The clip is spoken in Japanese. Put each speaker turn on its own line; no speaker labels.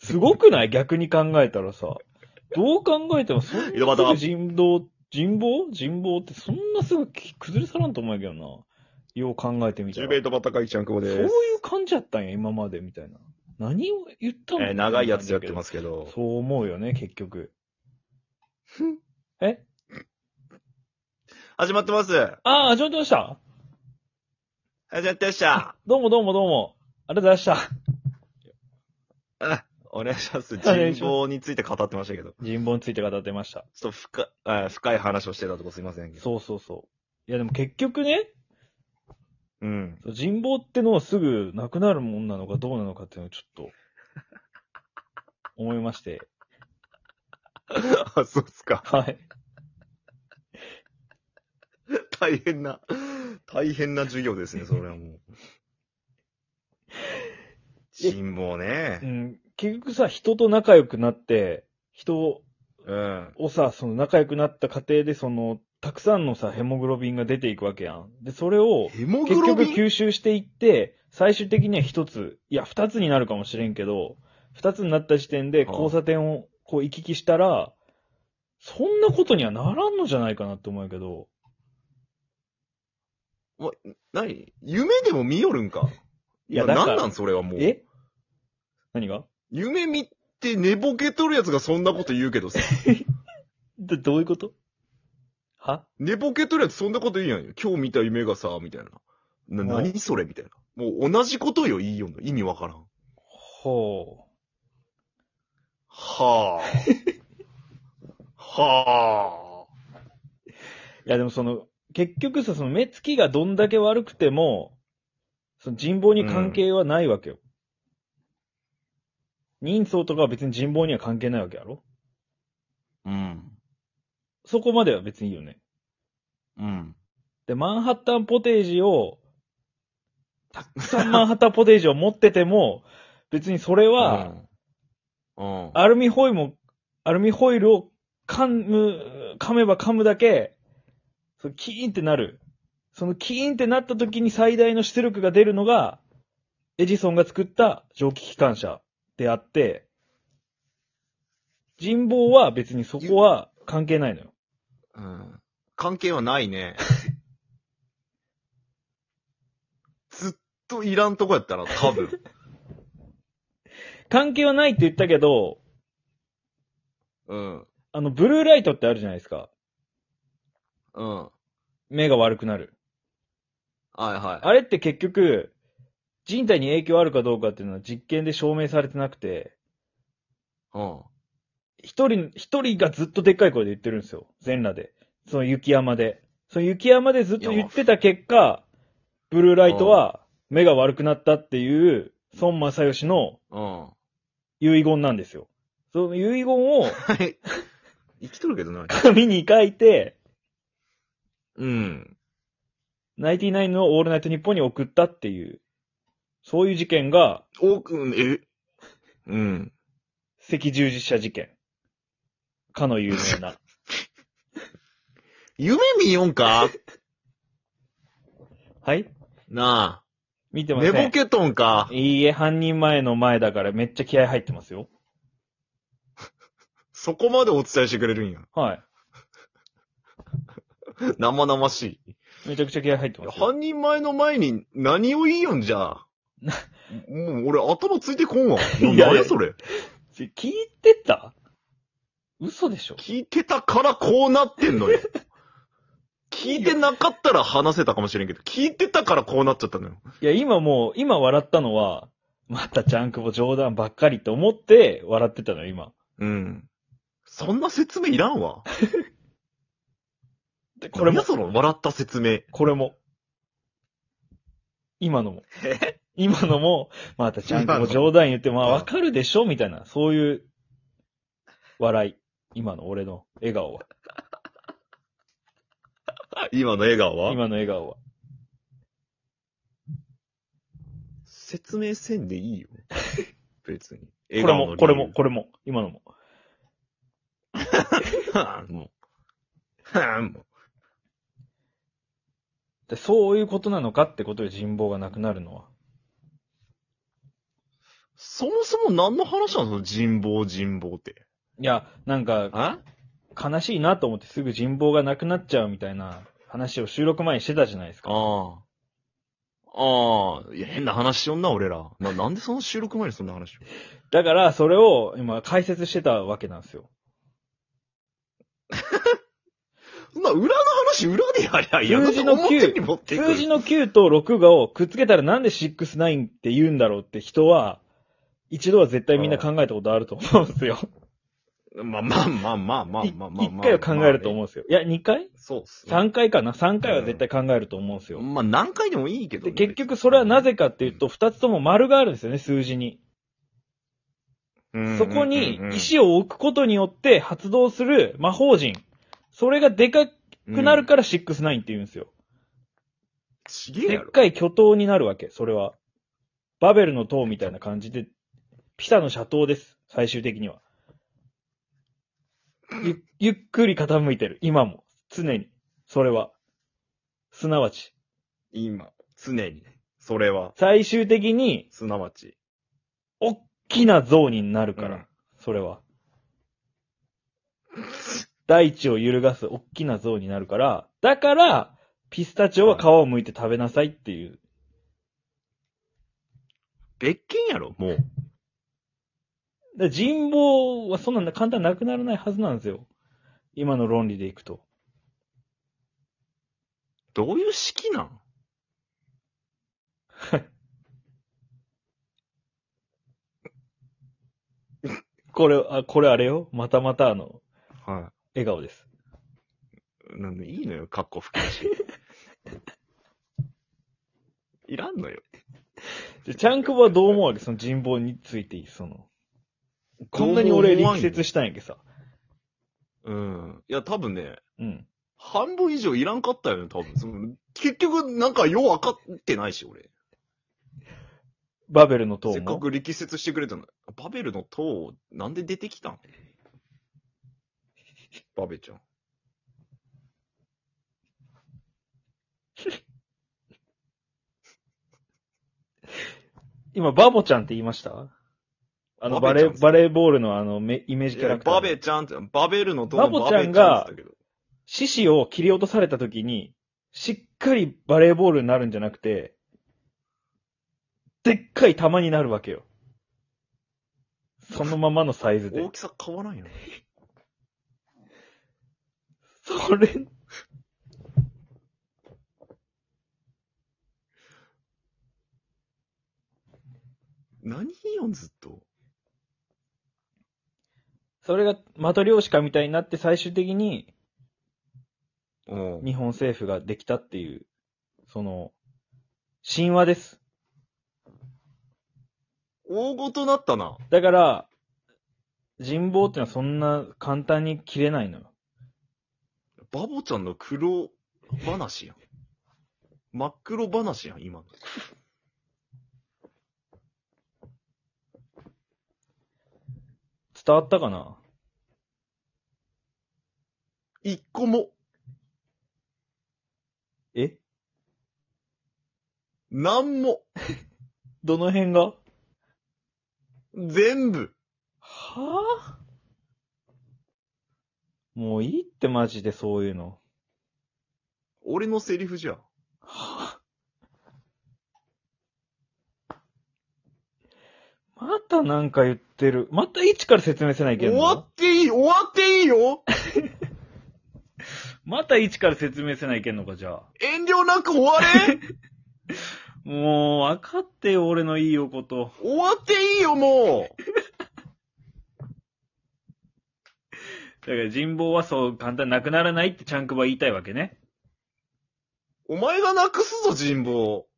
すごくない 逆に考えたらさ。どう考えてもそん
井戸
なす
端
ぐ人道、人望人望ってそんなすぐき崩れ去らんと思うんやけどな。よう考えてみた
ジュ
ら。
ベイトバタカイちゃん久保
そう
で
いう
す。
感じやったんや、今までみたいな。何を言ったの。
えー長いやつやってますすけど。
そう思うよね、結局。え
始まってます。
ああ、始まってました。
始まってました。
どうもどうもどうも。ありがとうございました。
あお願い します。
お願い
人
します
望について語ってましたけど。ちょ
人望について語ってました。
っと深い、あ深い話をしてたとこすいませんけど。
そうそうそう。いやでも結局ね、
うん。
人望ってのはすぐなくなるもんなのかどうなのかっていうのをちょっと、思いま して。
あ、そうっすか。
はい。
大変な、大変な授業です ね、それはもう。人望
う
ね。
ん。結局さ、人と仲良くなって、人
うん。
をさ、その仲良くなった過程で、その、たくさんのさ、ヘモグロビンが出ていくわけやん。で、それを、
ヘモ
結
グロ
局
ビン
吸収していって、最終的には一つ、いや、二つになるかもしれんけど、二つになった時点で
はあ
交差点をこう行き来したら、そんなことにはならんのじゃないかなって思うんやけど、
何夢でも見よるんか。
いやだから
何なんそれはもう。
え何が
夢見て寝ぼけとるやつがそんなこと言うけどさ。
どどういうことは
寝ぼけとるやつそんなこと言うやんよ。今日見た夢がさ、みたいな。な、
うん
何それみたいな。もう同じことよ、言いよんの。意味わからん。
ほ
はあ。はあ。
う。いやでもその、結局さ、その目つきがどんだけ悪くても、その人望に関係はないわけよ。人相とかは別に人望には関係ないわけやろ
うん。
そこまでは別にいいよね。
うん。
で、マンハッタンポテージを、たくさんマンハッタンポテージを持ってても、別にそれは、
うん、うん。
アルミホイルも、アルミホイルを噛む、噛めば噛むだけ、そのキーンってなる。そのキーンってなった時に最大の出力が出るのが、エジソンが作った蒸気機関車であって、人望は別にそこは関係ないのよ。
うん。関係はない ね。ずっといらんとこやったな、多分。
関係はないって言ったけど、
うん。
あの、ブルーライトってあるじゃないですか。
うん。は
目が悪くなる。
いはい。
あれって結局、人体に影響あるかどうかっていうのは実験で証明されてなくて、
うん。
一人、一人がずっとでっかい声で言ってるんですよ。全裸で。その雪山で。その雪山でずっと言ってた結果、ブルーライトは目が悪くなったっていう、孫正義の
うん。
遺言なんですよ。その遺言 を
はい。生きとるけどな。
紙に書いて、
うん。
ナイティナインのオールナイトニッポンに送ったっていう、そういう事件が
おくん、えうん。
赤十字社事件。かの有名 な。
夢見よんか
はい
な
見 て
あ。
ませ
寝
ん。
ぼけとんか。
いいえ、犯人前の前だからめっちゃ気合入ってますよ。
そこまでお伝えしてくれるんや。
は
生々し
い。
い。
めちゃくちゃ気合入ってますよ。
犯人前の前に何を言いよんじゃあ。もう俺頭ついてこんわ。
いや
何やそれ。
聞いてた嘘でしょ
聞いてたからこうなってん のよ。聞いてなかったら話せたかもしれんけど、聞いてたからこうなっちゃったのよ。
いや、今もう、今笑ったのは、またジャンクボ冗談ばっかりと思って笑ってたのよ、今。
うん。そんな説明いらんわ。
で、こ
こ
れ
れも
も、
その笑った説明。
これも。今のも。今のも、またジャンクボ冗談言って、まあわかるでしょみたいな、そういう、笑い。今の俺の笑顔は。
今の笑顔は
今の笑顔は。
説明せんでい いよ。別に。
これも、これも、これも、今のも。
れも。はぁ、もう。はぁ、もう。
でそういうことなのかってことで人望がなくなるのは。
そもそも何の話なのその人望人望って。
いや、なんか、
あ
悲しいなと思ってすぐ人望がなくなっちゃうみたいな話を収録前にしてたじゃないですか。
ああ。ああ。いや、変な話しよんな、俺ら。な、なんでその収録前にそんな話を
だから、それを今解説してたわけなんですよ。
そんな裏の話、裏でやりゃいいやん
数字の
なんで表に持ってくる
数字の9と6がをくっつけたらなんで69って言うんだろうって人は、一度は絶対みんな考えたことあると思うんですよ。
まあまあまあまあまあ
い一、
まあまあまあ。
回は考えると思
う。
うんですよ。いや、二回
そうっすね。
三回かな三回は絶対考えると思うんですよ。
まあ何回でもいいけどね、
で、結局それはなぜかっていうと、二つとも丸があるんですよね、数字に。
うんうんうんうん、
そこに石を置くことによって発動する魔法陣。それがでかくなるから69って言うんですよ。
ちげえ
でっ
やろ。
かい巨塔になるわけ、それは。バベルの塔みたいな感じで、ピサの斜塔です、最終的には。ゆ、ゆっくり傾いてる、今も。常に。それは。すなわち、
今、常に。それは、
最終的に、
すなわち。
大きな像になるから、
うん
それは。大地を揺るがす大きな像になるから、だから、ピスタチオは皮を剥いて食べなさいっていう。
別件やろ、もう。
だから人望はそんな簡単になくならないはずなんですよ。今の論理でいくと。
どういう式なん
これ、あ、これあれよ。またまたあの、
は
笑顔です。
い。なんで、いいのよ、格好含めし。 いらんのよ。
じゃ、チャンクボはどう思うわけその人望についていい、その。こんなに俺力説したんやけどさ。
うん。いや、多分ね、
うん。
半分以上いらんかったよね、多分。その結局、なんかよう分かってないし、俺。
バベルの塔も。
せっかく力説してくれたの。バベルの塔、なんで出てきたんバベちゃん。
今、バボちゃんって言いましたあの、バ
バベち
レ
ゃん
ー、バレーボールのあの、めイメージキャラクター。
バベちゃんって、バベルの塔
バ
の
ボ
バ
ちゃ
ベちゃ
ん
ん
が
って言ってたけど
獅子を切り落とされた時に、しっかりバレーボールになるんじゃなくて、でっかい玉になるわけよ。そのままのサイズで
大。きさ変わらんよね。
それ、
何よ、ずっと。
それがマトリョーシカみたいになって最終的に
うん。
日本政府ができたっていう、その、神話です。
大ごとなったな。
だから、人望ってのはそんな簡単に切れないのよ。
バボちゃんの黒話やん。真っ黒話やん、今の。
伝わったかな
一個も、
え
なんも、
どの辺が
全部。
はぁ、もういいってマジでそういうの。
俺のセリフじゃん。
はぁ、またなんか言ってる。また一から説明せないけ
終
んの
わっていい、終わっていいよ
また一から説明せないけんのか、じゃあ。
遠慮なく終わ れ
もう、分かってよ、俺のいいおこと。
終わっていいよ、も
だから人望はそう簡単になくならないってチャンクバ言いたいわけね。
うお前がなくすぞ、人望。